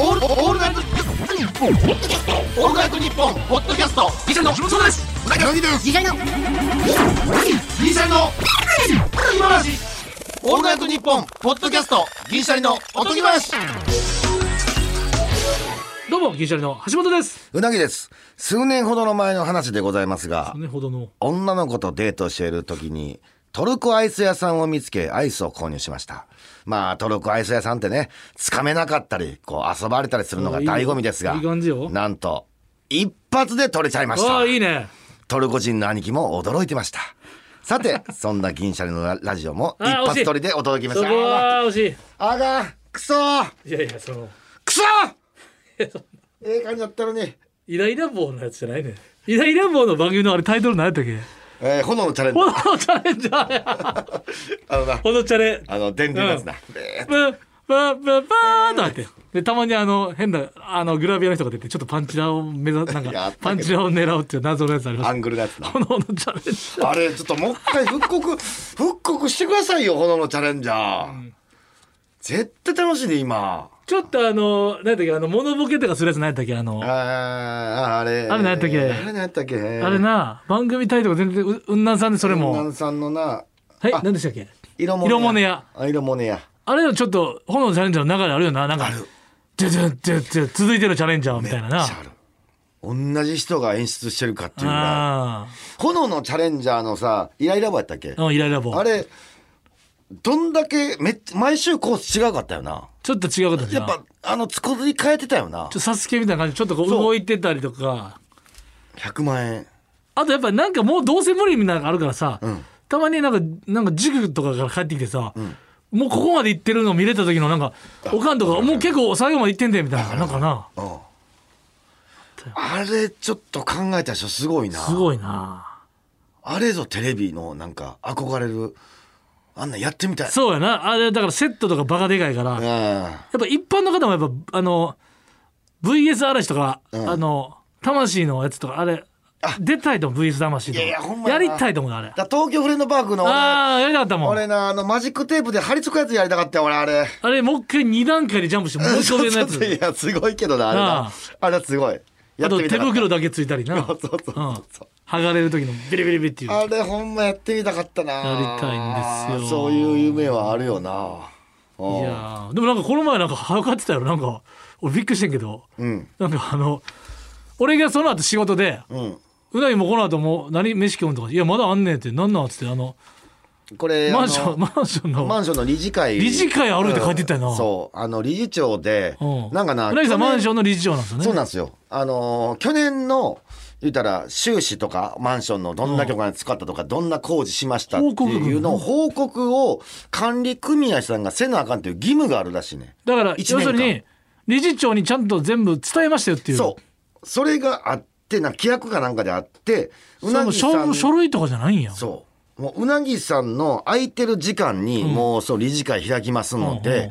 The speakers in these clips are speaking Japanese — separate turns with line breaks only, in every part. オールオールナイトニッポンオールナイトニッポンポッドキャストギシャリの木本そうですうなぎの
次回の
ギシャリの今話オールナイトニッポンポッドキャストギシャリのおとぎ話
どうもギリシャリの橋本です
うなぎです。数年ほどの前の話でございますが
そ、れほどの
女の子とデートをしている時に、トルコアイス屋さんを見つけ、アイスを購入しました。まあ、トルコアイス屋さんってね、つかめなかったり、こう、遊ばれたりするのが醍醐味ですが、
いい感じよ
なんと、一発で取れちゃいまし
あ
た
あ。いいね
トルコ人の兄貴も驚いてました。さ て、そんな銀シャリのララジオも、
あ
一
ー惜しい
発取りでお届けしま
そこ
した。
は惜し
あがー、くそー
いいやいやその
く そ
や
ー
そん
ええ感じだったのに。
イライラ棒のやつじゃないねイライラ棒の番組のあれタイトル何やったっけ
えー、炎のチャレンジ
ほ。のチャレンジャ ーや
あのな、
ほのチャレ
あの、電流のやつな。えー
ブーブーブーブーンと入ってでたまにあの変なあのグラビアの人が出てちょっとパンチラを目指なん
いやあ
か
ったけど
パンチラを狙うっていう謎のやつありま
ア
し
ングルのやつな
た。 このほのチャレンジャー
あれ、ちょっともう一回復刻、復刻してくださいよ、炎のチャレンジャー。絶対楽しいね、今。
ちょっとあの何やったっけあのモノボケとかするやつ何やったっけあの
あーあ、あれ。
あれ何やったっけ
あれ何やったっけ
あれ。な番組タイトルが全然ううんなんさんでそれ
ナ
も
ンさんのな、
はい
あ
何でしたっけ
色も
色もねや。
あ色もねや。
あれのちょっと炎のチャレンジャーの流れあるよななんかじゃじゃじゃじゃ続いてのチャレンジャーみたいなな
シャール同じ人が演出してるかっていうぐら
あ
い炎のチャレンジャーのさ、イライラ棒やったっけ
あうんイライラ棒
あれ、どんだけ、めっ毎週コース違うかったよな。
ちょっと違うこと
やっぱ、あの、つこずり変えてたよな
ちょ。サスケみたいな感じでちょっとこう
そう
動いてたりとか
100万円。
あとやっぱなんかもうどうせ無理みたいなのがあるからさ、
ん
たまになんかなんか塾とかから帰ってきてさ、もうここまで行ってるの見れた時のなんかおかんとかもう結構最後まで行ってんだよみたいななんかな
うん。あれ、ちょっと考えた人すごいな。
すごいな
あれぞテレビの、なんか、憧れる。あんなんやってみたい。
そうやなあれだからセットとかバカでかいから、
う
やっ
ん。
ぱ一般の方もやっぱあの VS 嵐とか、
ん
あの魂のやつとかあれ出たいと思う VS 魂とか
いやいやほんま
や
やな
りたいと思うあれ
だ東京フレンドパークの俺、
ああやりたかったもん
俺な、あの、マジックテープで貼り付くやつやりたかったよ、俺、あれ。
あれもう一回2段階でジャンプしても う一個上のやつ
ちょっといや、すごいけどな、あれ
なあ
な。あれはすごい。や
あ
って
と
みたか
手
った。
袋だけついたりな
そうそうそうそう
剥がれる時のビリビリビリっていう
あれほんまやってみたかったな
やりたいんですよ
そういう夢はあるよなうん
いやーでもなんかこの前なんか測ってたよなんか俺びっくりしてんけど、
ん
なんかあの俺がその後仕事で
うん
「うなぎもこの後もう何飯食うん?」とか「いやまだあんねん」って「なんなん?」っつってあの
これ
マンショ
あ
ンマンション
のマ
の
ンションの理事会
理事会あるって書いてたよな
うんそうあの理事長で
う
なんかな
うなぎさん
去年
マンションの理事長なんですよね
そうなんですよあのー去年の言ったら収支とかマンションのどんなお金使ったとかどんな工事しましたっていうのを報告を管理組合さんがせなあかんという義務があるらしいね
だから
一
要
年
す
間
るに理事長にちゃんと全部伝えましたよっていう
そうそれがあってな規約かなんかであってう
それ
な
も
ぎさん
書書類とかじゃないんや
そう。もううなぎさんの空いてる時間に、もうそう理事会開きますので、
うんうん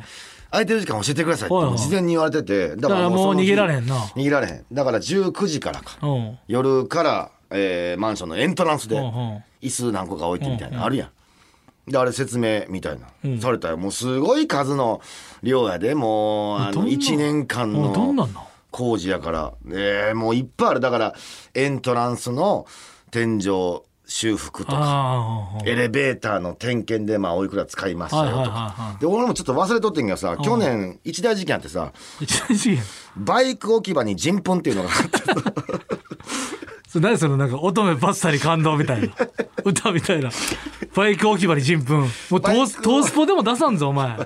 空いてる時間教えてくださいって
はいはい
もう事前に言われてて、だ
だからもう
その日
逃げられへんな
逃げられへん。だから19時からか。
うん
夜から、えーマンションのエントランスで
うんうん、
椅子何個か置いてみたいな、あるやん。で、あれ説明みたいな、
ん
されたよ。もうすごい数の量やで、もう、あ
どん
の、
な
1年間
もうどんなん
の
なん
工事やから。えーもういっぱいある。だから、エントランスの天井修復とか。
ああ
エレベーターの点検でまあおいくら使いましたよとか、
はいはいはいはい
で俺もちょっと忘れとってんけどさ去年一大事件あってさ
一大事件
バイク置き場に人糞っていうのがあってさ
それ何そのなんか乙女パスタに感動みたい な歌みたいなバイク置き場に人糞もうトース
バイク
トースポでも出さんぞお前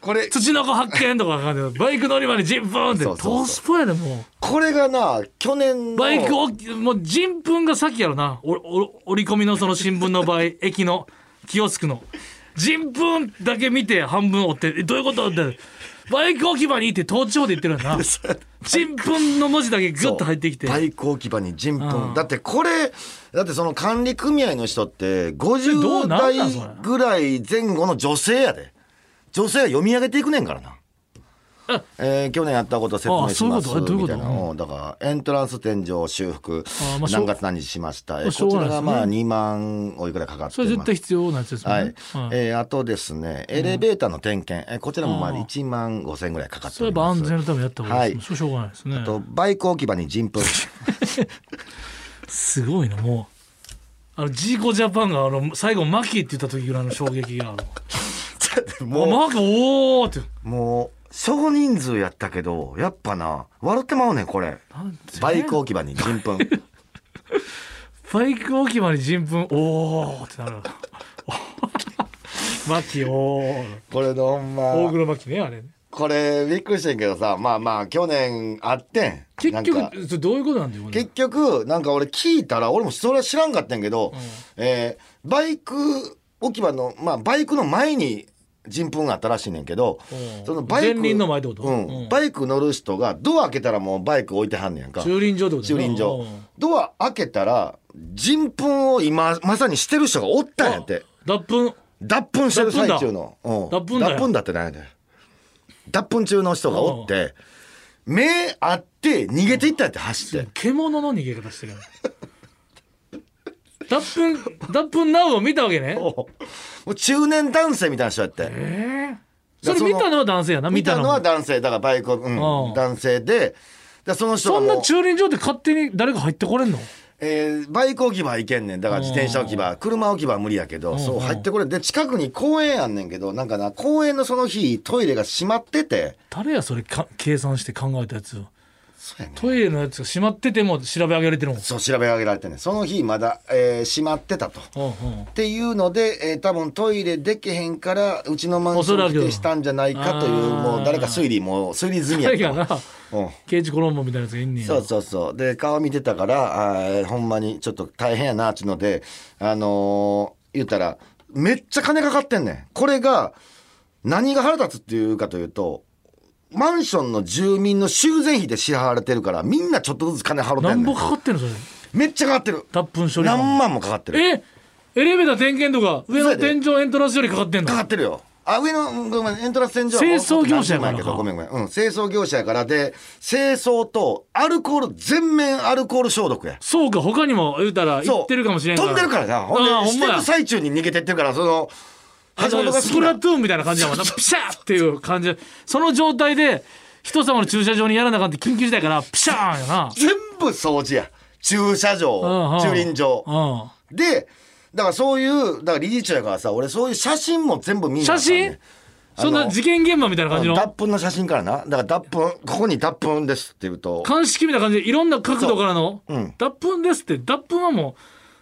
これ
土の子発見とかあかんけどバイク乗り場に人糞って
そうそうそう
トースポやでも
これがな去年
う
の
バイク置きもう人糞が先やろなおお折り込みのその新聞の場合駅のキオスクの人糞だけ見て半分折ってえどういうことってバイク置き場に行って東地方で言ってる よな人糞の文字だけグッと入ってきて
バイク置き場に人
うん
糞だってこれだってその管理組合の人って
どう
50
なん
代
なんそれ
ぐらい前後の女性やで女性が読み上げていくねんからなえー去年やったこと説明しま
あ
す
そういうことえどうい
み
うこ
た
と
いなうんだからエントランス天井修復
あまあしょう
何月何日しましたえ
まあ
こ
しょう
ち
がな
ら
いですね
がまあ2万おいくらかかって
それ
ま
絶
す
対必要なやつですもん
は
ね。
い
はい
えーあとですねエレベーターの点検、えこちらもまあ
あー
1万5千円ぐらいかかって
そ
お
れ
り
ば
ます
安全のためにやった方がいいですもん。
は
しょうがないです
あと
ね。
バイク置き場に人糞
すごいなもう。あのジーコジャパンがあの最後マキって言った時ぐらいの衝撃がある。
もう
マキおおって。
もう少人数やったけどやっぱな笑ってまうねんこれ
なんて
バイク置き場に人糞
バイク置き場に人糞おおってなる。マキおお。
これのほんま
大黒マキねあれね。
これびっくりしてんけどさまあまあ去年あってん
結
なんか
局それどういうことなんだよ。
結局なんか俺聞いたら俺もそれは知らんかったんやけど、えーバイク置き場のまあバイクの前に人糞があったらしいねんけど、
うん
そのバイク
前輪の前ってこと
うん
うん
バイク乗る人がドア開けたらもうバイク置いてはんねやんか
駐輪場ってことだ
駐
よ
輪
ねう
場
ん
ドア開けたら人糞を今まさにしてる人がおったんやって
脱粉
脱糞してる最中のうん
脱糞だよ
脱糞だってなんやねん脱糞中の人がおって目あって逃げていったんやって走って
獣の逃げ方してるやん 脱粉脱粉ナウを見たわけね
もう中年男性みたいな人やって
ええ
だ
それ
その
見たのは男性やな見
見
た
た
の
のは男性だからバイクを
う
うんん男性ででその人
そ
が
ん
も
な
う、
駐輪場って勝手に誰か入ってこれんの
えーバイク置き場はいけんねんだから自転車置き場車置き場は無理やけ
ん
どそう入ってこれんで近くに公園あんねんけどなんかな公園のその日トイレが閉まってて
誰やそれか計算して考えたやつ
そうやねん
トイレのやつが閉まってても調べ上げられてるもん
そう調べ上げられてんねんその日まだ、えー閉まってたと。
うんうん
っていうので、えー多分トイレできへんからうちのマンション
おそら
に
く
来てしたんじゃないかという
あー
もう誰か推理もう推理済みや
誰
った
や
わ
な
うん
刑事コロンボみたいなやつがいんねん
そうそうそうで顔見てたからあーほんまにちょっと大変やなっちゅうのであのー言ったらめっちゃ金かかってんねんこれが何が腹立つっていうかというとマンションの住民の修繕費で支払われてるからみんなちょっとずつ金払って
なん
んね
ぼ
ん
かかってんのそれ
めっちゃかかってる
脱粉処理
何万もかかってる
えエレベーター点検とか上の天井エントランスよりかかってんの
かかってるよ。あ上のうんごめんエントランス洗浄
清掃業者やからか
けどごめんごめん、うん、清掃業者やからで清掃とアルコール全面アルコール消毒や
そうか他にも言うたら言ってるかもしれん
飛んでるからなほんで
ああほん
して
まや
る最中に逃げてってるからその橋本が好
ス
き
プラ
な
トゥーンみたいな感じだもんなピシャーっていう感じその状態で人様の駐車場にやらなあかんって緊急事態からピシャーンやな
全部掃除や駐車
うんう
場
ん
駐輪場
う
でだからそういうだから理事長やからさ俺そういう写真も全部見
ん
に
写真そんな事件現場みたいな感じの
脱粉の写真からなだから脱粉ここに脱粉ですって言うと
鑑識みたいな感じでいろんな角度からの
うん
脱粉ですって脱粉はも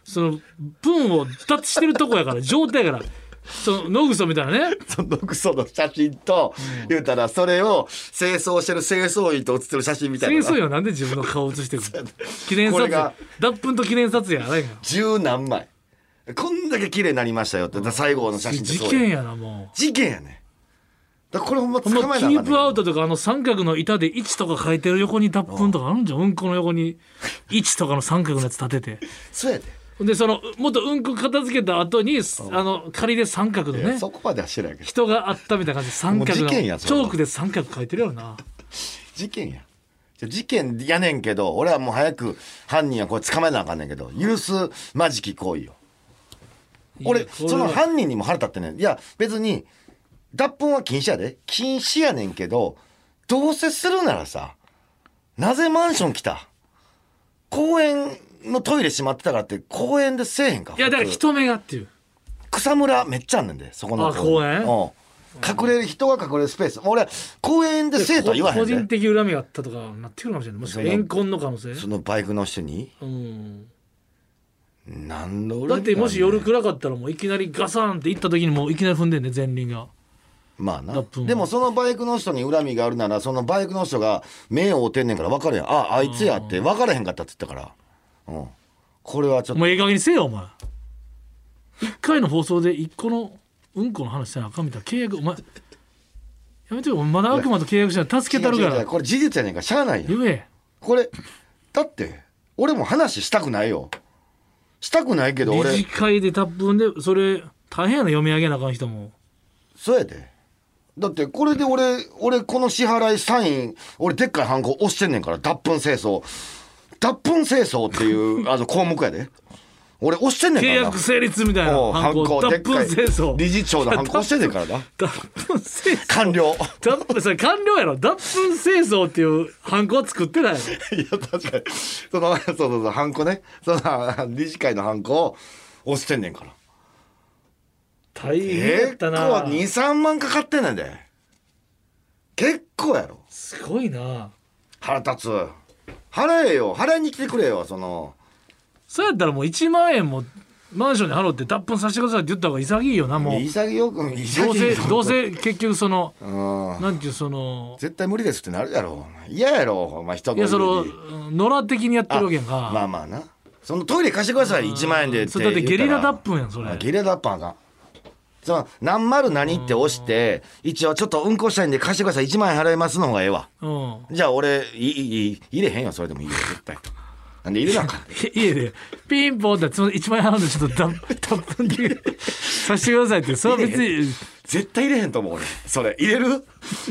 うその分を脱してるとこ やから状態やからそのノグソみたいなね
そのクソの写真と、言うたらそれを清掃してる清掃員と写ってる写真みたいな
清
の
掃
が
員はなんで自分の顔写してくるの記念撮
これ
影
が
脱粉と記念撮影やないから
十何枚こんだけ綺麗になりましたよってだから最後の写真って
事
そうや
件やなもう。
事件やねだからこれほんま捕
ほんま
まえ
キ
な
ープア
あ
ウトとかあの三角の板で1とか書いてる横に脱粉とかあるんじゃんうんこの横に1とかの三角のやつ立てて
そうやで、
ほんでそのもっとうんこ片付けた後にあの仮で三角の
いや
ね
そこまではしてないけど
人があったみたいな感じで三角
もう
の
事
チ
件や
ョ
それは
ークで三角書いてるよな
事件やじゃあ事件やねんけど俺はもう早く犯人はこれ捕まえなあかんねんけど許すまじき行為よ
い
俺
やこれは
その犯人にも腹立ってねいや別に脱粉は禁止やで禁止やねんけどどうせするならさなぜマンション来た公園のトイレ閉まってたからって公園でせえへんか
いやだから
普通
人目がっていう
草むらめっちゃあんねんでそこの
あ公園
うん隠れる人が隠れるスペース俺公園でせえとは言わへ
個
ん
人
で
的恨みがあったとかなってくるかもしれないもしかしたら怨恨の可能性
そのバイクの人に
うん
何の恨み
だってもし夜
なんねん
暗かったらもういきなりガサンって行った時にもういきなり踏んでんね前輪が
まあな
脱糞
でもそのバイクの人に恨みがあるならそのバイクの人が目を追ってんねんから分かるやんああいつやって分からへんかったって言ったから、うん、これはちょっ
もうええ加減にせえよお前一回の放送で一個のうんこの話せなあかんみたいな契約お前やめてよお前まだ悪魔と契約しない助
と
けたるから
これ事実やねんからしゃあないやん
言え
これだって俺も話したくないよしたくないけど
理事
俺
会でたっぷんでそれ大変やな読み上げなあかん人も
そうやでだってこれで俺俺この支払いサイン俺でっかいハンコ押してんねんから脱粉清掃脱粉清掃って いうあの項目やで俺押してんねんか
契
らな
約成立みたいな
おう
ハンコ
で
脱
っ
粉
かい
清掃
理事長のハンコ押してんねんからな
脱粉清掃
完了
脱粉それ官僚やろ脱粉清掃っていうハンコは作ってない
いや確かにそのそうそうそうハンコねその 理事会のハンコを押してんねんから
大変やっ
結構
たな
23万かかってんねんで結構やろ
すごいな
腹立つ払えよ払いに来てくれよその
そうやったらもう1万円もマンションに払って脱粉させてくださいって言った方が潔いよなもう
潔くん潔
どうせ
くん
どうせ結局その
うん
なんていうその
絶対無理ですってなるやろ嫌やろお前人
いやそ
の
の
家に
野良的にやってるわけやんか
まあまあなそのトイレ貸してください1万円でって
それだってゲリラ
言ったら
脱粉やんそれ
あゲリラ脱粉あかんその何丸何って押して一応ちょっとうんこしたいんで貸してください1万円払いますの方がええわ
うん
じゃあ俺いいいい入れへんよそれでもいいよ絶対なんで入れなあかん
家でピンポンってつまり1万円払うんでちょ っと脱脱粉にさせてくださいってそれは 別に
絶対入れへんと思う俺それ入れる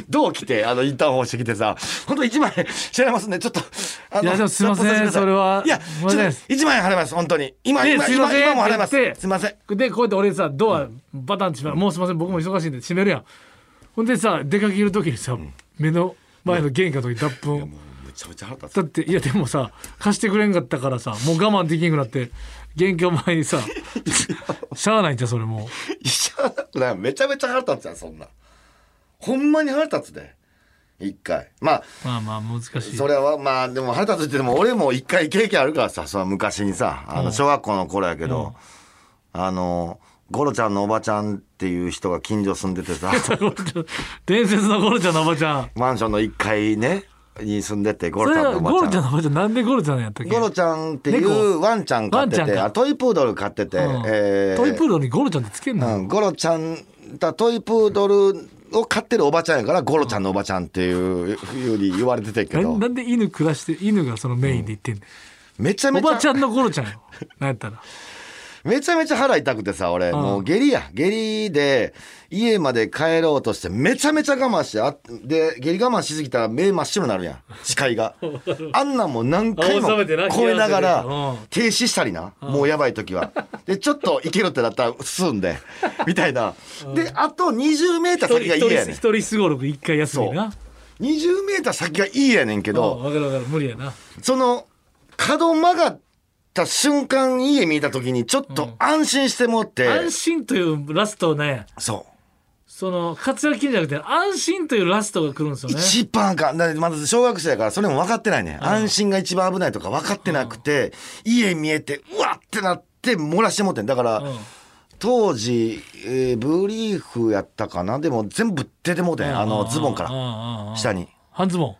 どう来てあのインターホンしてきてさ本当一1万円支払いますねちょっとあの
いやでもすいません
ちょっとさせてください
それはい
や
ごめんなさいです
1万円払います本当に今
ね
今
すいま
今
せん
今も払いま
って言っ
す
て
すいません
でこうやって俺さドアバタンって閉めるもうすいません僕も忙しいんで閉めるやんほんでさ出かける時にさ目の前の玄関の時に脱粉
めちゃめちゃ腹立
だっていやでもさ貸してくれんかったからさもう我慢できんくなって玄関前 にさしゃあないんじゃうそれも
つめちゃめちゃ腹立つやんそんなほんまに腹立つで一回まあ
うまあまあ難しい
それはまあでも腹立つってでも俺も一回経験あるからさその昔にさあの小学校の頃やけど、あのゴロちゃんのおばちゃんっていう人が近所住んでて さ
伝説のゴロちゃんのおばちゃん
マンションの1階ねに住んでてゴ
そ
ロ
れ
ちゃん
は
のお
ゴロ
ば
ち
ち
ゃ
ゃ
ん
ん
のおばちゃんなんでゴロちゃんやったっけ
ゴロちゃんっていうワンちゃん飼って
ワンちゃん
て
か
あトイプードル飼ってて、
うん
えー
トイプードルにゴロちゃんってつけんの、
うん、ゴロちゃんだトイプードルを飼ってるおばちゃんやからゴロちゃんのおばちゃんっていうふうに言われててんけ
な
ど
なんで犬暮らして犬がそのメインで言ってんの、
めちゃ
お
めち
ば
ゃ
ちゃんのゴロちゃんよなんやったら
めちゃめちゃ腹痛くてさ、俺、もう下痢や。下痢で、家まで帰ろうとして、めちゃめちゃ我慢して、あで、下痢我慢しすぎたら目真っ白になるやん。視界 が。あんなんもう何回も
青ざめてな
超えながら
冷や汗でうん、
停止したりな。もうやばい時は。で、ちょっと行けるってなったら、進んで。みたいな。で、あと20メーター
一
先が
人
家や
一
ねん。
人一人すごろく一回休みな
20メーター先が家やねんけ
うん
ど、
わかるわかる無理やな
その、角曲がった瞬間に家見た時に、ちょっと安心してもって、
安心というラストをね
そう。
その活躍金じゃなくて安心というラストが来るんですよね
一番あかん。だってまだ小学生やから、それも分かってないね。安心が一番危ないとか分かってなくて、家見えて、うわってなって漏らしてもってん。だから、
うん
当時、えーブリーフやったかなでも全部出てもうてん。あの、ズボンか
うん
ら、
うんうん
下に。
半ズボン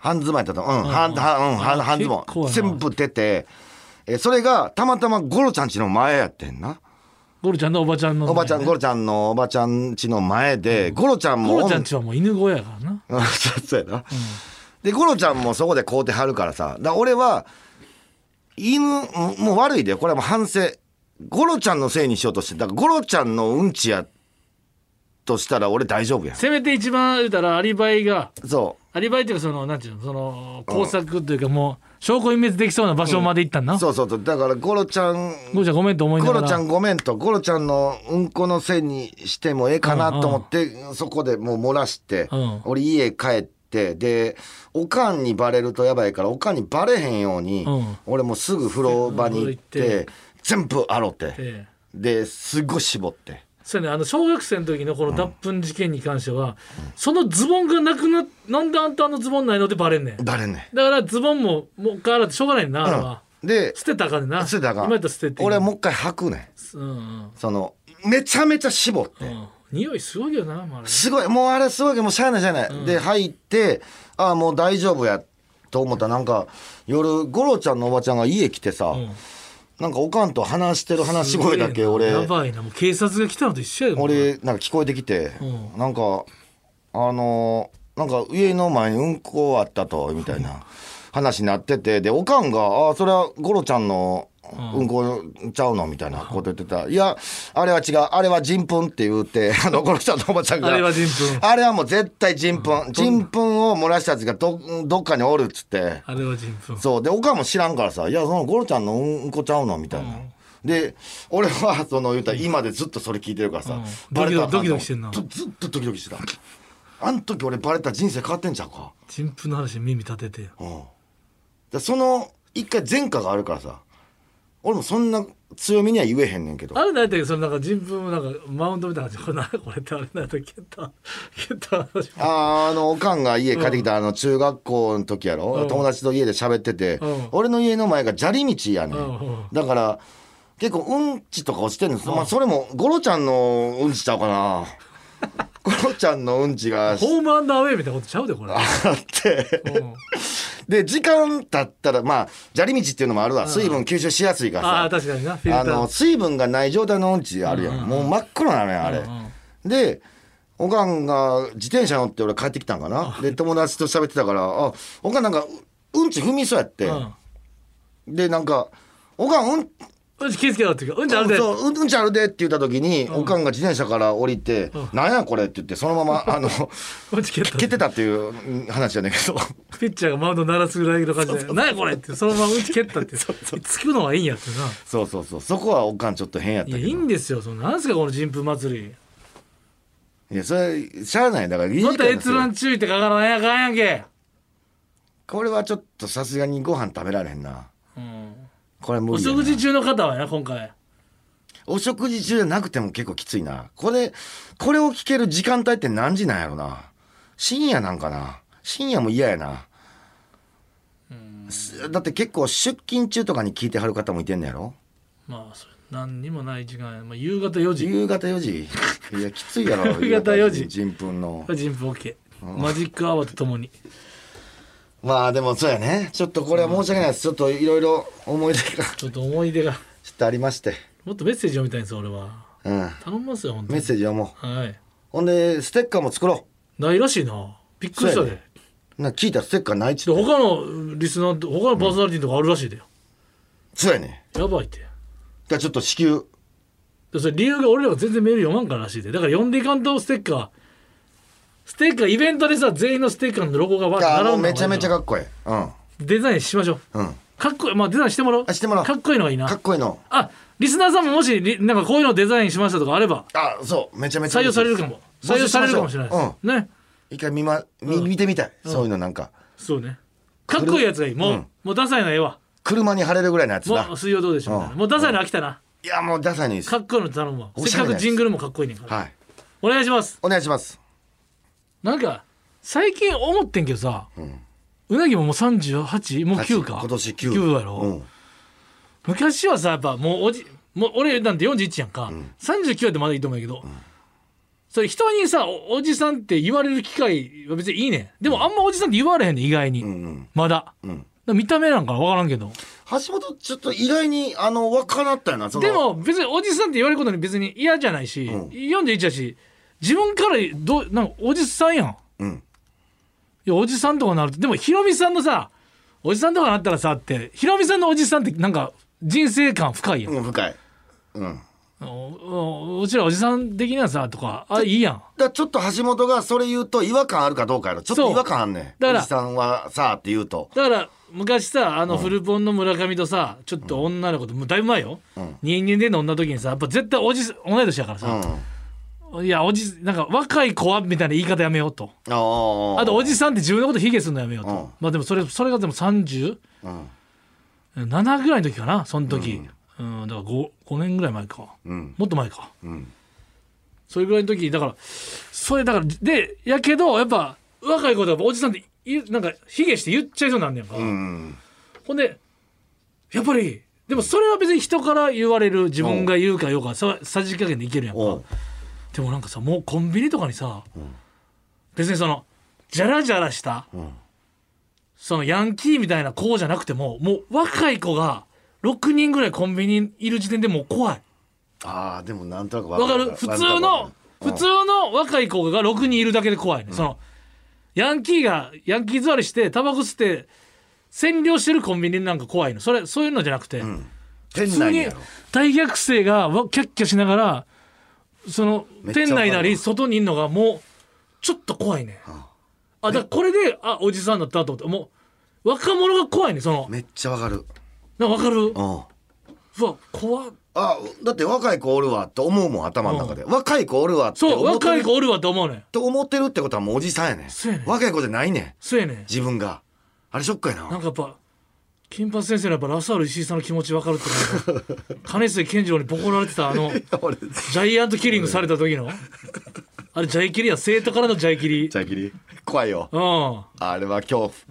半ズボンやったと。うん、半、半、うん、半半ズボ
結構
ン。
やな
全部出て、えーそれが、たまたまゴロちゃんちの前やってんな。
ゴロちゃんのおばちゃんのね、
おばちゃん、ゴロちゃんのおばちゃんちの前で、ゴロちゃんも、
ゴロちゃんちはもう犬小屋やからな
うん そうそうやな。で、ゴロちゃんもそこで買うてはるからさ。だから俺は、犬、ももう悪いで、これはもう反省。ゴロちゃんのせいにしようとして、だからゴロちゃんのうんちやとしたら俺大丈夫やん。
せめて一番言うたらアリバイが
そ
アリバイっていうかそのなんていうのその工作というかもう証拠隠滅できそうな場所まで行ったんな、
う。そうそうそう。だからゴロちゃん、
ゴロちゃんごめんと思いな
ゴ
が
ロ
ら
ちゃんごめんと、ゴロちゃんのうんこのせいにしてもええかなと思って、そこでもう漏らして、
うん
俺家帰って、で、おかんにバレるとやばいから、おかんにバレへんように、
うん
俺もうすぐ風呂場に行っ、
風呂行って
全部洗って、
ええ
で、すごい絞って。
そうやねあの小学生の時のこの脱粉事件に関しては、そのズボンがなくななんであんたあのズボンないのってバレんねんだ
バレんね
からズボンももう一回洗ってしょうがないねんな、あれは
ん。で、
捨てたらあかんねんな
捨てたらあ
今や
か
ったら捨てていい
俺はもう一回履くねん。
うんうん
その、めちゃめちゃ絞って。
うん匂いすごいよな、まあ、あれ
すごいもうあれすごいもうしゃあないしゃあない、で入ってああもう大丈夫やと思ったらなんか夜五郎ちゃんのおばちゃんが家来てさ、
ん
なんかおかんと話してる話し声だけ俺
やばいなもう警察が来たのと一緒やで
俺なんか聞こえてきて、
う
なんかあのーなんか家の前にうんこあったとみたいな話になっててでおかんが「ああそれはゴロちゃんの運行ちゃうのみたいなこと言ってた。いや、あれは違う。あれは人糞って言うて、 あの、この人のおばちゃんが。
あれは人糞
あれはもう絶対人糞。人糞を漏らしたやつがど、どっかにおるっつって。
あれは人糞
そう。で、岡も知らんからさ、いや、そのゴロちゃんのうんこちゃうのみたいな。で、俺は、その、言うたら、今でずっとそれ聞いてるからさ、
うん
バレたらあか
ド
ん
キ
と
ド
思
キしてんな
ずずっとドキドキしてた。あん時俺バレたら人生変わってんちゃうか。
人糞の話に耳立てて
でその、一回前科があるからさ、俺もそんな強みには言えへんねんけど
あ。れ何やったっけそのなんか人糞もなんかマウンドみたいな感じこれなこれってあれ何やったっけ蹴った蹴った話
あーあのおかんが家帰ってきたあの中学校の時やろ、友達と家で喋ってて、
うん
俺の家の前が砂利道やね、
うん
ん、だから結構うんちとか落ちてるんです、まあ、それもゴロちゃんのうんちちゃうか なゴロちゃんのうんちがあ
ホームアンダーウェイみたいなことちゃうでこれ、
って
うん
で時間経ったらまあ砂利道っていうのもあるわ水分吸収しやすいから
あ
さ
あ確かになフィルター
あの水分がない状態のうんちあるやん、もう真っ黒なのよあれ、でおかんが自転車乗って俺帰ってきたんかなで友達と喋ってたからあおかんなんかううんち踏みそうやって、でなんか「おかんうん
うん、うんち気付けろっていうかうんちあるで
そううんうんちあるで」って言った時に、おかんが自転車から降りて「なんやこれ」って言ってそのまま あの
うんち蹴った
蹴ってたっていううん話じゃないけど
ピッチャーがマウンド鳴らすぐらいの感じで「何やこれ!」ってそのまま打ち蹴ったってつくのはいいんやってな
そうそうそうそこはおかんちょっと変やったけ
い
ど
やいいんですよそのなんすかこの人風祭
いやそれしゃあないだからいい
り
時
ま
間
た
で
閲
すよ
覧注意って書かないやかんやんけ
これはちょっとさすがにご飯食べられへんなこれ無
お
理やな
食事中の方はや今回
お食事中じゃなくても結構きついな。これ、これを聞ける時間帯って何時なんやろな。深夜なんかな。深夜も嫌やな。すだって結構出勤中とかに聞いてはる方もいてんのやろ
まあそれ何にもない時間や、まあ、夕方4時
夕方4時。いや、きついやろ。
夕方4時
人分の。
人風 OK マジックアワーとともに
まあでもそうやね。ちょっとこれは申し訳ないです。ちょっといろいろ思い出が
ちょっと思い出が
ちょっとありまして。
もっとメッセージ読みたいんですよ俺は
うん。
頼みますよ本当
メッ
に
セージ読もう。
はい
ほんで、ステッカーも作ろ
ないらしいなびっくりした
そう
で
やねう。なんか聞いたらステッカーないっち
で
ゅう
他のリスナーと他のパーソナリティとかあるらしいでよ、
そうやね。
やばいって
じゃあちょっと支給。
でそれ理由が俺らが全然メール読まんかららしいでだから読んでいかんとステッカーステッカーイベントでさ全員のステッカーのロゴがわ
あ
並
も
ぶ
う
の
めちゃめちゃかっこいい。うん。
デザインしましょう、
うん
かっこいいまあデザインしてもらおう
あしてもらおう
かっこいいのがいいな
かっこいいの。
あリスナーさんももしリなんかこういうのデザインしましたとかあれば
あ、そう、めちゃめちゃ
採用
嬉しい
されるかも
募集
採用
しまょ
さ
う
れるかもしれないです、ね
一回見ま、見、見てみたい。そういうのなんか。
そうねかっこいいやつがいいもう、
うん
もうダサいのええわ
車に貼れるぐらいのやつ
も
だ
う。水曜どうでしょうみたいな、
うん
もうダサいの飽きたな、
いや、もうダサいのいいです。
かっこいいの頼むわ
お
せ
し
っ
ゃれな
かく
やつ
ジングルもかっこいいねんから、
はい。
お願いします
お願いします。
なんか最近思ってんけどさ、うなぎももう 38? もう9か
今年9。
9やろ、
うん。
昔はさやっぱもうおじもう俺なんて41やんか、39やってまだいいと思うんやけど、それ人にさおおじさんって言われる機会は別にいいねんでもあんまおじさんって言われへんねん意外に、
うん
まだ,、だから見た目なんか分からんけど
橋本、ちょっと意外に、あの、若なったよな、その。
で、も別におじさんって言われることに別に嫌じゃないし、
うん
41やし自分からどうなんかおじさんやん
うん。
いやおじさんとかなるとでもヒロミさんのさおじさんとかなったらさってヒロミさんのおじさんってなんか人生観深いやん、
うん、深い。うん。だか
おおうちらおじさん的にはさとかあいいやん
らちょっと橋本がそれ言うと違和感あるかどうかやろ。ちょっと
そう
違和感あんねん。
だから
おじさんはさあって言うと。
だから昔さあのフルポンの村上とさちょっと女の子ともうだいぶ前よ、人間で飲んだ時にさやっぱ絶対おじ同い年やから
うん。
さ、
あ
いやおじなんか若い子はみたいな言い方やめようと
あ。
あとおじさんって自分のこと卑下するのやめようと、
うん
まあでもそれそれがでも37
うん。
ぐらいの時かなその時、うんだから 5, 5年ぐらい前か、
うん。
もっと前か
うん。
それぐらいの時にだからそれだからでやけどやっぱ若い子とやっぱおじさんっていなんか卑下して言っちゃいそうになんねやんか、
うん。
ほんでやっぱりでもそれは別に人から言われる自分が言うかようかささじ加減でいけるやん
お
か
う
でもなんかさもうコンビニとかにさ、別にそのジャラジャラした、
ん
そのヤンキーみたいな子じゃなくてももう若い子が6人ぐらいコンビニにいる時点でもう怖い
ああ、でもなんとなく
わ
わ
かる普通の普
の
通の若い子が6人いるだけで怖いね、そのヤンキーがヤンキー座りしてタバコ吸って占領してるコンビニなんか怖いのそれそういうのじゃなくて、
店
普通
内に
に
やろ
大学生がわキャッキャしながらその
めっちゃ
店内
わ
な
かるわ
り外にいるのがもうちょっと怖いねあだからこれであおじさんだったと思ってもう若者が怖いねその
めっちゃわかる
なんか分かる
うん
うわ怖っ
あだって若い子おるわって思うもん頭の中で、若い子おるわって
そう
思って
若
る
い子おるわって思うねん
と思ってるってことはもうおじさんやね
そうやねん
若い子じゃないねん
そうやねん
自分があれショックや
なん
な
かやっぱ金八先生のやっぱラサール石井さんの気持ち分かるってな んか金末健次郎にボコられてたあのジ
俺ジ
ャイアントキリングされた時のあれジャイキリや生徒からのジャイキリ
ャギリ怖いよ
うん
あれは恐怖始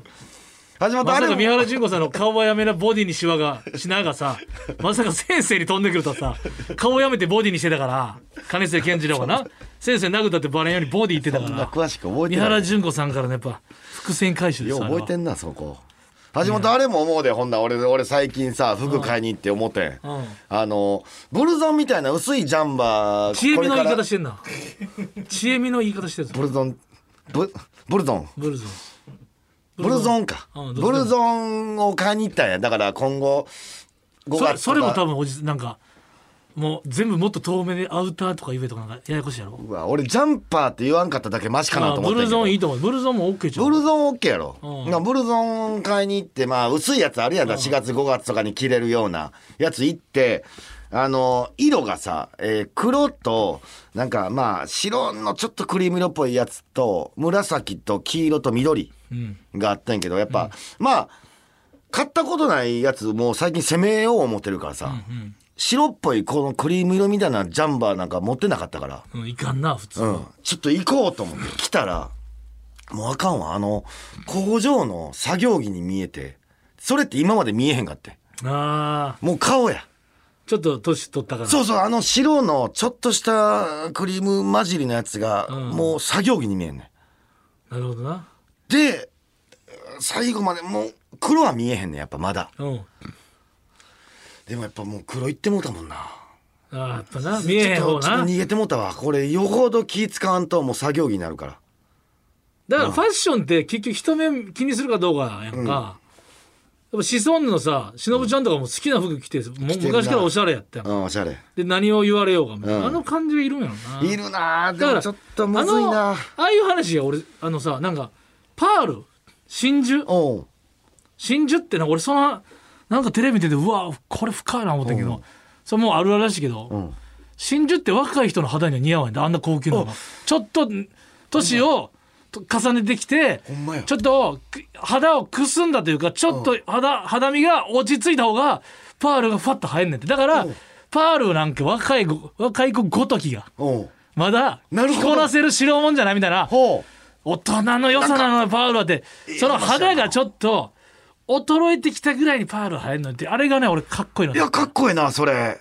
まった
ま
あ
さ
れ
か
も
三原純子さんの顔はやめなボディにシワがしながさまさか先生に飛んでくるとはさ顔やめてボディにしてたから金末健次郎がな先生殴ったってバレんようにボディ言ってたか
そんな
ら
詳しく覚え
三
てな
原
い
純子さんからのやっぱ伏線回収で
よ
す
う
あれは
覚えてんなそこ橋本あれも思うでほんなら俺俺最近さ服買いに行って思ってん
うん
あのブルゾンみたいな薄いジャンバー
知恵みの
こ
言い
れか
方
ら
してんな知恵みの言い方してるぞ
ブルゾンブブルゾン
ブルゾン
ブルゾンか
うんどっちでも
ブルゾンを買いに行ったんやだから今後5月
そ
と
れ
か
それも多分おじなんかもう全部もっと遠目でアウターとか言えとかなんかややこしいやろ
うわ俺ジャンパーって言わんかっただけマシかなと思
あ
っ
ブ
たんや
ル
けど
ゾンいいと思うブルゾンも OK じゃん
ブルゾンオッケーやろ、
うん
なブルゾン買いに行ってまあ薄いやつあるやんだ、4月5月とかに着れるようなやつ行ってあの色がさ、えー黒となんかまあ白のちょっとクリーム色っぽいやつと紫と黄色と緑
うん
があったんやけどやっぱ、まあ買ったことないやつもう最近攻めよう思ってるからさ、
うん
白っぽいこのクリーム色みたいなジャンバーなんか持ってなかったから。
うん、いかんな普通、
うん、ちょっと行こうと思って来たらもうあかんわあの工場の作業着に見えてそれって今まで見えへんかって
ああ
もう顔や
ちょっと年取ったから
そうそうあの白のちょっとしたクリーム混じりのやつが
うん
もう作業着に見えんね
なるほどなん
で最後までもう黒は見えへんねんやっぱまだ
うん
でもやっぱもう黒いってもうたもんな
あーやっぱな見えへん
ちょ
方
っとちょっと
な
逃げてもうたわこれよほど気使わんともう作業着になるから
だからファッションって結局人目気にするかどうかやんか、やっぱシソンヌのさ忍ちゃんとかも好きな服着ても
てんな
昔からおしゃれやったやん
うんおしゃれ
で何を言われようが、
ん
あの感じがいるんやろない
るなあで
だか
も
ら
ちょっとむずい
あ
な
のああいう話が俺あのさなんかパール真珠
おう
真珠ってな俺そのなんかテレビ見ててうわこれ深いな思ったけど、それもうあるあるらしいけど、
ん
真珠って若い人の肌には似合わないんだあんな高級なのがちょっと年をと重ねてきて
ほんまや
ちょっとく肌をくすんだというかちょっと肌肌身が落ち着いた方がパールがファッと入んねんってだからパールなんか若い子若い子ごときが
おう
まだ
なるほ
着
ど
こなせる代物じゃないみたいな
ほ
大人の良さなのよパウロってその肌がちょっと衰えてきたぐらいにパウロ入るのってあれがね俺かっこいいの
ういやかっこいいなそれ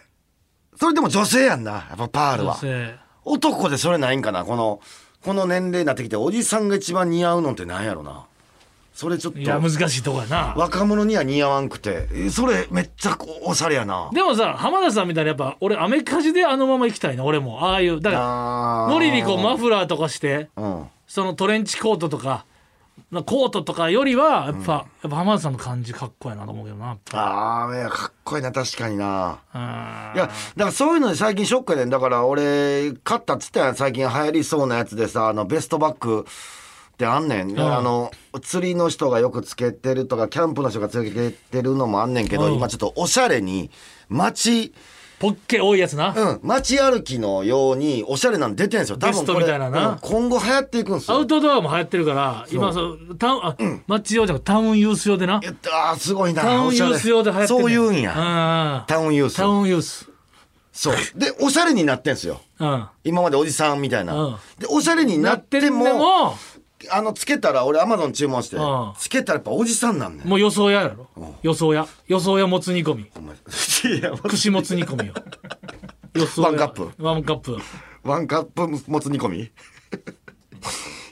それでも女性やんなやっぱパールは
性
男でそれないんかなこのこの年齢になってきておじさんが一番似合うのってなんやろなそれちょっ
いや難
と
しいとこやな
若者には似合わんくてえそれめっちゃこうおしゃれやな
でもさ浜田さんみたいなやっぱ俺アメカジであのまま行きたいな俺もああいうだから
あー
無理にこうマフラーとかして
うん
そのトレンチコートとかなコートとかよりはやっぱ,、やっぱ浜田さんの感じかっこいいなと思うけどなやっぱ
あーいやかっこいいな確かにな
うん
いやだからそういうので最近ショックやねんだから俺買ったっつったやん最近流行りそうなやつでさあのベストバッグってあんねん、あの釣りの人がよくつけてるとかキャンプの人がつけてるのもあんねんけど、
うん
今ちょっとおしゃれに街
ポッケ多いやつな、
うん街歩きのようにおしゃれなの出てんすよ多分これ
ベストみたいなな
うん今後流行っていくんす
ア
よ
ウトドアも流行ってるから今そうタウンあ、マッチ用じゃなくてタウンユース用でな
えっとあーすごいな
タウンユース用で流行ってる
そういうんや
や
タウンユース
タウンユース
そうでおしゃれになってんすよ
うん
今までおじさんみたいな、
うん
でおしゃれに
な
な
っ
ってて
る
も
もも
あのつけたら俺アマゾン注文して
うん
つけたらやっぱおじさんなんねん
もう予想屋やろ予想屋予想屋もつ煮込み
お前いや
串もつ煮込みよ予想屋
ワンカップ
ワンカップ
ワンカップもつ煮込み い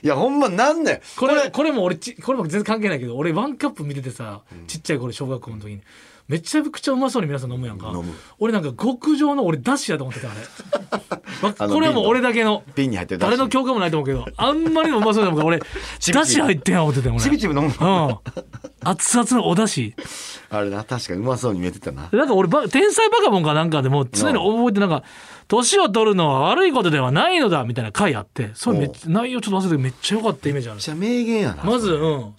やほんまなんねん
これこれも俺ちこれも全然関係ないけど俺ワンカップ見ててさちっちゃい頃小学校の時にめちゃくちゃうまそうに皆さん飲むやんか
飲む
俺なんか極上の俺だしやと思ってたあ れ
あ
わ
の
これはもう俺だけの
瓶に入ってるだし
誰の共感もないと思うけどあんまりもうまそう だもんから俺
チビチビ
だし入ってんや思ってたよ俺
ちびちび飲むの
うん。熱々のお出汁。
あれな確かにうまそうに見えてたな
なんか俺ば天才バカボンかなんかでも常に覚えてなんか年を取るのは悪いことではないのだみたいな回あってそれめっちゃ内容ちょっと忘れてめっちゃ良かったイメージあるん
め
で
っ
す
ちゃ名言やな
まずうん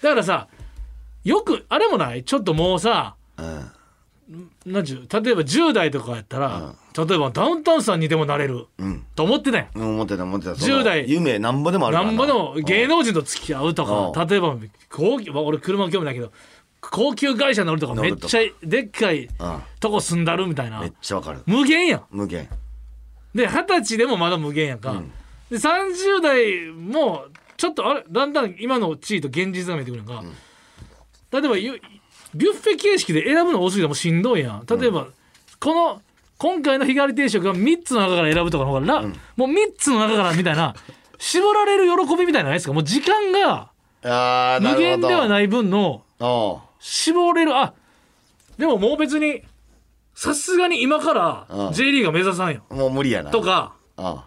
だからさよくあれもないちょっともうさ
うん
なんちゅう例えば10代とかやったら、例えばダウンタウンさんにでもなれる、
ん
と思ってね
思ってた思ってたその
10代
夢なんぼでもあるか
な
ら
んぼの芸
能
能人と付き合うと
う
か例えば高級まあ俺車興味ないけど高級会社乗るとか
乗
めっ
るとか
ちゃでっかい
うん
とこ住んだるみたいな
めっちゃわかる
無限やん
無限
で二十歳でもまだ無限やんか、で30代もちょっとあれだんだん今の地位と現実が見えてくるやんか、例えばゆビュッフェ形式で選ぶの多すぎてもうしんどいやん例えば、この今回の日替わり定食は3つの中から選ぶとかの方がら、もう3つの中からみたいな絞られる喜びみたいなのないですかもう時間が
あーな
無限ではいない分の
お
絞れるあでももう別にさすがに今か
う
ら
ん
J リーが目指さんよ
うもう無理やな
とか。
あ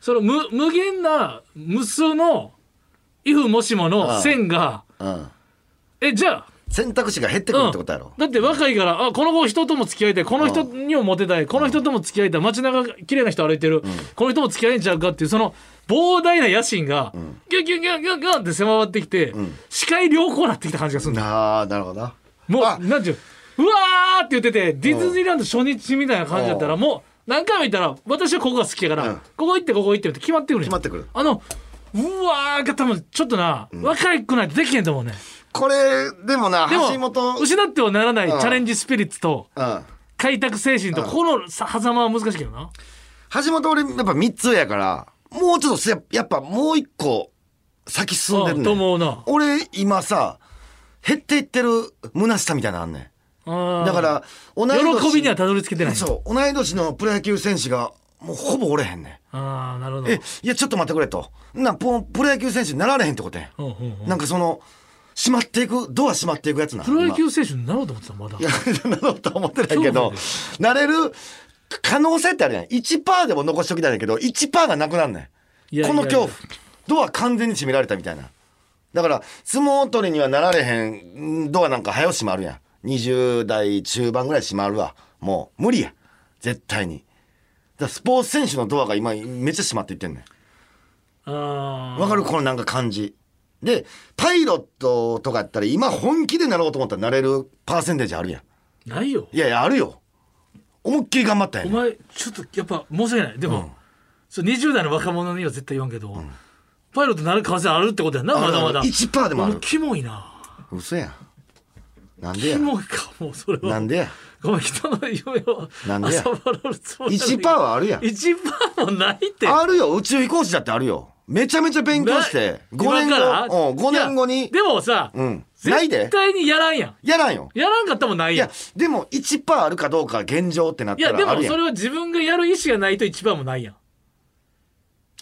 その無無限な無数の「if もしも」
あ
の
あ
線が
うん
えじゃあ
選択肢が減ってくるってことやろ
だって若いからあこの子人とも付き合いたいこの人にもモテたいこの人とも付き合いたい街中が綺麗な人歩いてる、この人も付き合えんちゃうかっていうその膨大な野心が、ギュンギュンギュンギュンギュンって迫ってきて、視界良好になってきた感じがするんだ
あーなるほどな
も
あ
うなんていううわーって言っててディズニーランド初日みたいな感じだったらもう何回も言ったら私はここが好きやから、
うん
ここ行ってここ行ってって決まってくる
決
やん
まってくる
あのうわーが多分ちょっとな、若いくないとできへんと思うね
これでもな
でも
橋本うん
失ってはならないチ
うん
ャレンジスピリッツと
橋
開拓精神とこのさ狭間は難しいけどな
本俺やっぱ3つやからもうちょっとせやっぱもう一個先進んでる
うん
ね
と思うな
俺今さ減っていってる虚しさみたいなのあんねんだ
だ
から同い年
喜びにはたどり着けてない
そう同い年のプロ野球選手がもうほぼおれへんねん
ああなるほど
えいやちょっと待ってくれとなんポンプロ野球選手になられへんってことや
うんうんうん
なんかその閉まっていくドア閉まっていくやつな
プロ野球選手になろうと思ってたまだ
いやなろうとは思ってないけ
そうな
ど
んで
なれる可能性ってあるやん1%でも残しておきたいんだけど1%がなくなんね
いや
んこの
いやい
恐
や
怖ドア完全に閉められたみたいなだから相撲取りにはなられへんんドアなんか早う閉まるやん20代中盤ぐらい閉まるわもう無理や絶対にだからスポーツ選手のドアが今めっちゃ閉まっていってんねん
あー
わかるこのなんか感じ。で、パイロットとかやったら今本気でなろうと思ったらなれるパーセンテージあるやん。
ないよ
いやいや、あるよ。思いっきり頑張ったや
お
ん。
前ちょっとやっぱ申し訳ないでも、そう20代の若者には絶対言わんけど、パイロットになる可能性あるってことやんなまだまだ
1%でもあ
も
る
う。キモいな
嘘やん。なんで
キ
や。
モいかもうそれは
なんでや。
ごめん人の夢を
なんでや
朝笑うつもり
1%はあるやん。
1パーもないって
あるよ。宇宙飛行士だってあるよ。めちゃめちゃ勉強して。5
今
年
から
後。うん、5年後
いや
に。
でもさ、
うん。ない
絶
で。
対にやらんやん
やらんよ。
やらんかったもんない
い
やん
や、でも1%あるかどうか現状ってなっ
い
た
やで
らあ
も
るや
そ
ん。
れは自分がやる意思がないと1パーもないやん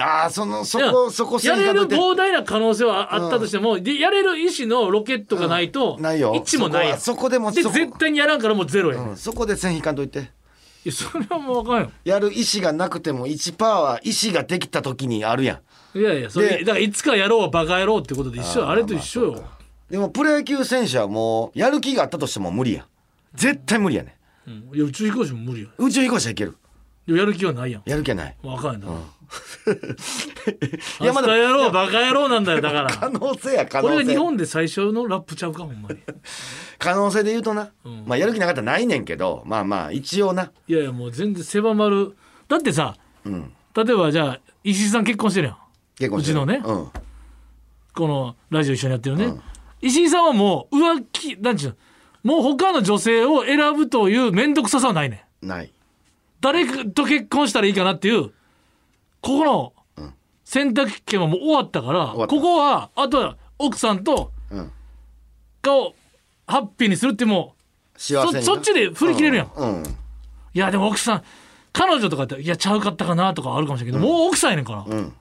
ああ、その、そ
い
こ、
や
そこ線
やれ
か
る
といて
膨大な可能性はああったとしても、でやれる意思のロケットがないと、
ないよ。
一もないやん
そこはそこでも
で
そこ
絶対にやらんからもうゼロやん、
う
い
ん、そこで線引かんといて
やそれはもうあかんよ
やる意思がなくても1%は意思ができた時にあるやん
いやいやそ
で
れだからいつかやろうバカ野郎ってことで一緒ああれと一緒よ、
でもプロ野球選手はもうやる気があったとしても無理やん絶対無理やね
うんいや宇宙飛行士も無理よ
ん宇宙飛行士はいける
いややる気はないやん
やる気はない
わかんないんだから、
いやまだ
明日やろうバカ野郎なんだよだから
可能性や 可
こ
能
れが日
性
本で最初のラップちゃうかほんまに
可能性で言うとな、まあやる気なかったらないねんけどまあまあ一応ない
やいやもう全然狭まるだってさ
うん
例えばじゃあ石井さん結婚してるやん
結婚して
うちのね
うん
このラジオ一緒にやってるね、石井さんはもう浮気なんちゅうのもう他の女性を選ぶという面倒くささはないねん
ない
誰と結婚したらいいかなっていうここの選択権はもう終わったから
わった
ここはあとは奥さんと
うん
顔ハッピーにするっても
幸せにな
そそっちで振り切れるやん
うん、うん
ういやでも奥さん彼女とかやっていやちゃうかったかなとかあるかもしれんけど、もう奥さんやねんから、
ん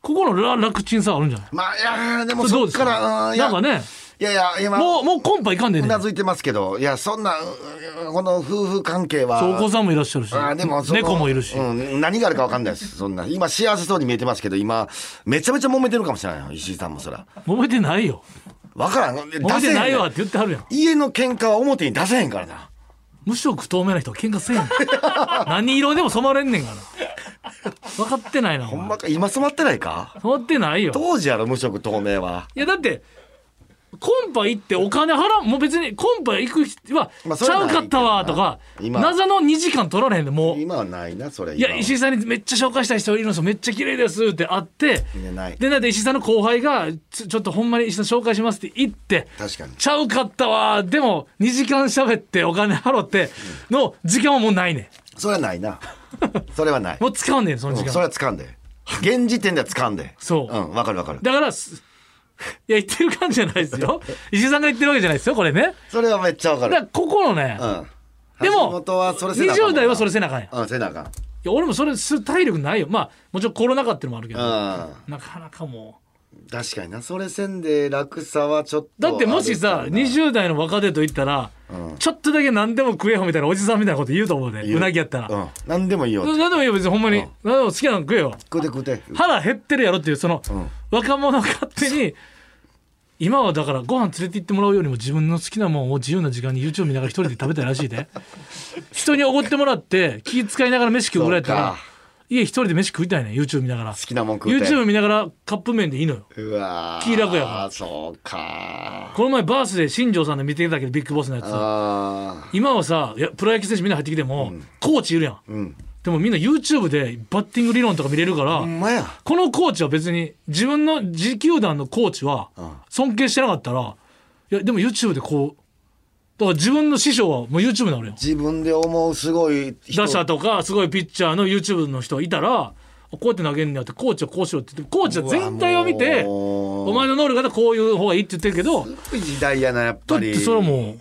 ここのら楽ちんさはあるんじゃない
まあいやーでも
そ
そ
れど
うっ
です
か
から
うんいや
なんかね
いやいや今
もうもうコンパいかんでえ
う
えね
なんずいてますけどいやそんなうんこの夫婦関係は
そうお子さんもいらっしゃるし
あーでもその
猫もいるし、
うん、何があるか分かんないですそんな今幸せそうに見えてますけど今めちゃめちゃ揉めてるかもしれないよ石井さんもそら
揉めてないよ
わからん。出
揉め
せへ
て
ん
ない
ね
わ
ん
って言ってはるやん
家の喧嘩は表に出せへんからな。
無色透明な人は喧 嘩せえへん何色でも染まれんねんから分かってないなお
ほん
前
まか、今染まってないか
染まってないよ
当時やろ、無色透明は。
いやだってコンパ行ってお金払うもう別にコンパ行く人は
まあそ
ち
れ
ゃ
はな
う
い
かったわとか
今
謎の2時間取られへんでもう
今はないな、それ。
いや
今は
石井さんにめっちゃ紹介した人いるんですよめっちゃ綺麗ですって会って
いやない
でなんで石井さんの後輩がちょちょっとほんまに石井さん紹介しますって言って
確かに
ちゃうかったわでも2時間喋ってお金払っての時間はもうないね
それはないな。それはない
ん。もう使わんねんその時
うん
間
それは掴んで。現時点では掴んで。
そう
うん、わかるわかる。
だからす いや言ってる感じじゃないです よ石井さんが言ってるわけじゃないですよこれね
それはめっちゃわか
だか
る。
らここのね、
うん。
で
橋
も
本はそれせなあかんもん
20
な
代はそれ。せなあかんやんい
うん、せなあかん。
や俺もそれする体力ないよまあもちろんコロナ禍ってのもあるけど、
うん。
なかなかも
確かになそれせんで楽さはちょっ
う
と
だってもしさ
あるからな
20代の若手と言ったら、ちょっとだけ何でも食えよみたいなおじさんみたいなこと言うと思うで
言
うなぎやったら、
うん何でもいいよ
な何でもいいよ別にほんまに、
うん
何でも好きなの食えよ
食うて食うて
腹減ってるやろっていうその、
ん
若者勝手に今はだからご飯連れて行ってもらうよりも自分の好きなもんを自由な時間に YouTube 見ながら一人で食べたいらしいで人におごってもらって気遣いながら飯食うぐらいやった
そう
ら
か
家一人で飯食いたいね YouTube 見ながら
好きなもん食うて
YouTube 見ながらカップ麺でいいのよ
うわー
気楽やから
そうか
この前バースで新庄さんで見てたけどビッグボスのやつ
あ
今はさいやプロ野球選手みんな入ってきても、コーチいるやん、
ーうん
でもみんな YouTube でバッティング理論とか見れるから、
ほんまや
このコーチは別に自分の自球団のコーチは
ん
尊敬してなかったらいやでも YouTube でこうだから自分の師匠はもう YouTube なのよ
自分で思うすごい人
打者とかすごいピッチャーの YouTube の人いたらこうやって投げんねやってコーチはこうしろって言ってコーチは全体を見て
うわもう
お前の能力だとこういう方がいいって言ってるけどだ
時代やなやっぱ
っ
り
てそれはも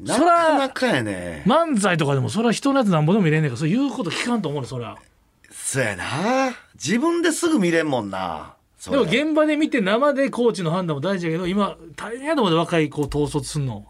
な
そら
かなかやね
う漫才とかでもそれは人のやつなんぼでも見れんねんからそれ言うこと聞かんと思うのそれは
そうやな自分ですぐ見れんもんなそ
で
れ
も現場で見て生でコーチの判断も大事だけど今大変やと思うで若い子を統率すんの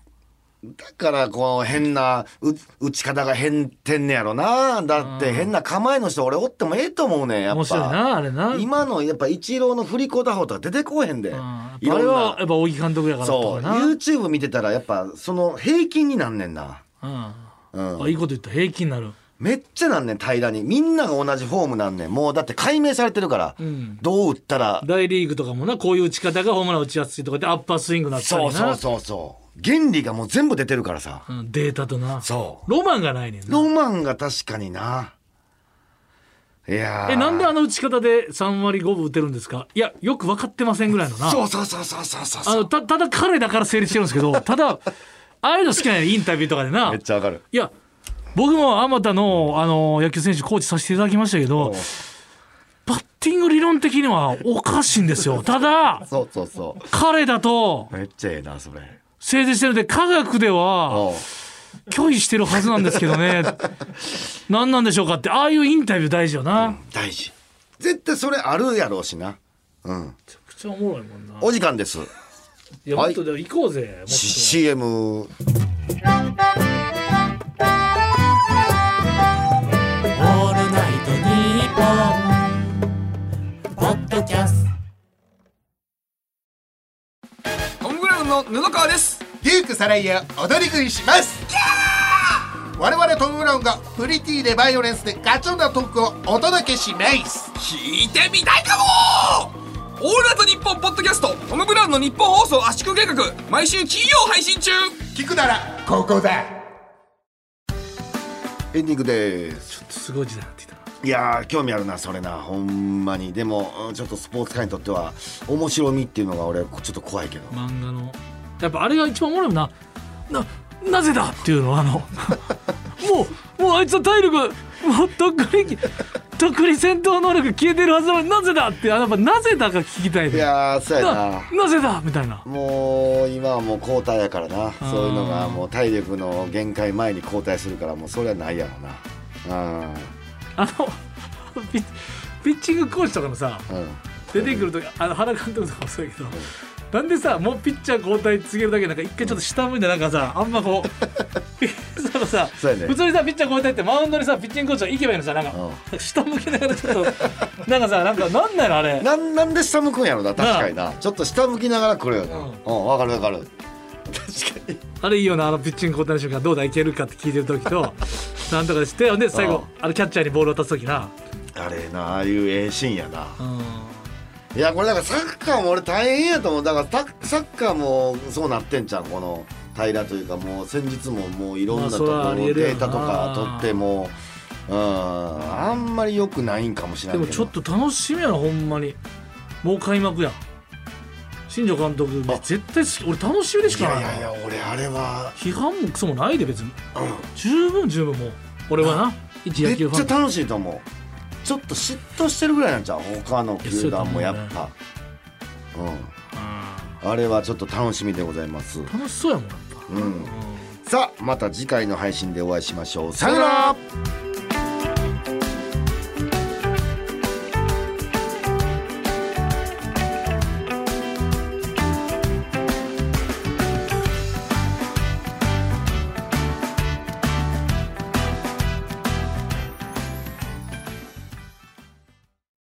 だからこう変なう打ち方が変てんねやろなだって変な構えの人俺おってもええと思うねんやっぱ
面白いなあれな
今のやっぱ一郎の振り子打法とか出てこへんで、
あ
いろ
れ
ん
はや
な
っぱ大木監督やからと
そ
か
う
な。
YouTube 見てたらやっぱその平均になんねんな、
うん、あいいこと言った平気になる。
めっちゃなんねん平らにみんなが同じフォームなんねんもうだって解明されてるから、
ん
どう打ったら
大リーグとかもなこういう打ち方がホームラン打ちやすいとかでアッパースイングなったり
そ
な
うそうそうそう原理がもう全部出てるからさ、
うんデータとな
そう
ロマンがないねんな。
ロマンが確かにないやー
えなんであの打ち方で3割5分打てるんですかいやよく分かってませんぐらいの な
そうそうそうそうそうそう
あのたただ彼だから成立してるんですけどただああいうの好きなんやインタビューとかでな。
めっちゃわかる
いや僕もあまたのあの野球選手コーチさせていただきましたけどバッティング理論的にはおかしいんですよ。ただ
そうそうそう
彼だと
めっちゃええなそれ
成立してるんで科学では
おう
拒否してるはずなんですけどね何なんでしょうかってああいうインタビュー大事よな、め
大事絶対それあるやろうしなうん
ちゃくちゃおもろいもんない
お時間です
やもっとでも行こうぜもっと
C- CM
オールナイトニッポン」ポッドキャスト
トム・ブラウンの布川です
デュークサライヤ踊り食いします我々トム・ブラウンがプリティでバイオレンスでガチョンなトークをお届けします
聞いてみたいかもオールナイトニッポンポッドキャストトム・ブラウンの日本放送圧縮計画毎週金曜配信中
聞くならここだ
エンディングです
ちょっとすごい時代になってきたない
やー興味あるなそれなほんまにでもうんちょっとスポーツ界にとっては面白みっていうのが俺ちょっと怖いけど
漫画のやっぱあれが一番おもろいもんなななぜだっていうの あのもうもうあいつは体力もうとっくにとっくに戦闘能力消えてるはずなのになぜだってあのやっぱなぜだが聞きたい
い
ね
やーそうや
な
な
なぜだみたいな
もう今はもう交代やからなそういうのがもう体力の限界前に交代するからもうそれはないやろな
あのピッピッチングコーチとかのさ
うんうん
出てくるときあの原監督とかもそうやけど、なんでさもうピッチャー交代告げるだけでなんか一回ちょっと下向いてなんかさあんまこう そのさ
そうやね
普通にさピッチャー交代ってマウンドにさピッチングコーチが行けばいいのさなんか、
うん
下向きながらちょっとなんかさなんかなんなのあれ
なんなんで下向くんやろな確かになちょっと下向きながら来るよな
うん
うんわかるわかる確かに
あれいいよなあのピッチング交代の瞬間どうだいけるかって聞いてる 時となんとかしてほんで最後あのキャッチャーにボールを渡す時な
あれなああいうええシーンやな
うん
いやこれだからサッカーも俺大変やと思うだからササッカーもそうなってんじゃんこの平というかもう先日ももういろん
ま
なと
あそ
こ
れ
ろ
はありえるよな
データとか取ってもうんあんまり良くないんかもしれな
で
い
もちょっと楽しみやなほんまにもう開幕やん新庄監督
あ
絶対好き俺楽しみでし
い
か
や
ない
いやいや俺あれは
批判もクソもないで別に、十分十分もう俺はな一
め
野
っち
球ファ
ゃ
ンだ
楽しいと思うちょっと嫉妬してるぐらいなんちゃう他の球団もやっ
いや
ぱうんあれはちょっと楽しみでございます
うん楽しそうやもんやっぱ
うんさあまた次回の配信でお会いしましょうさよなら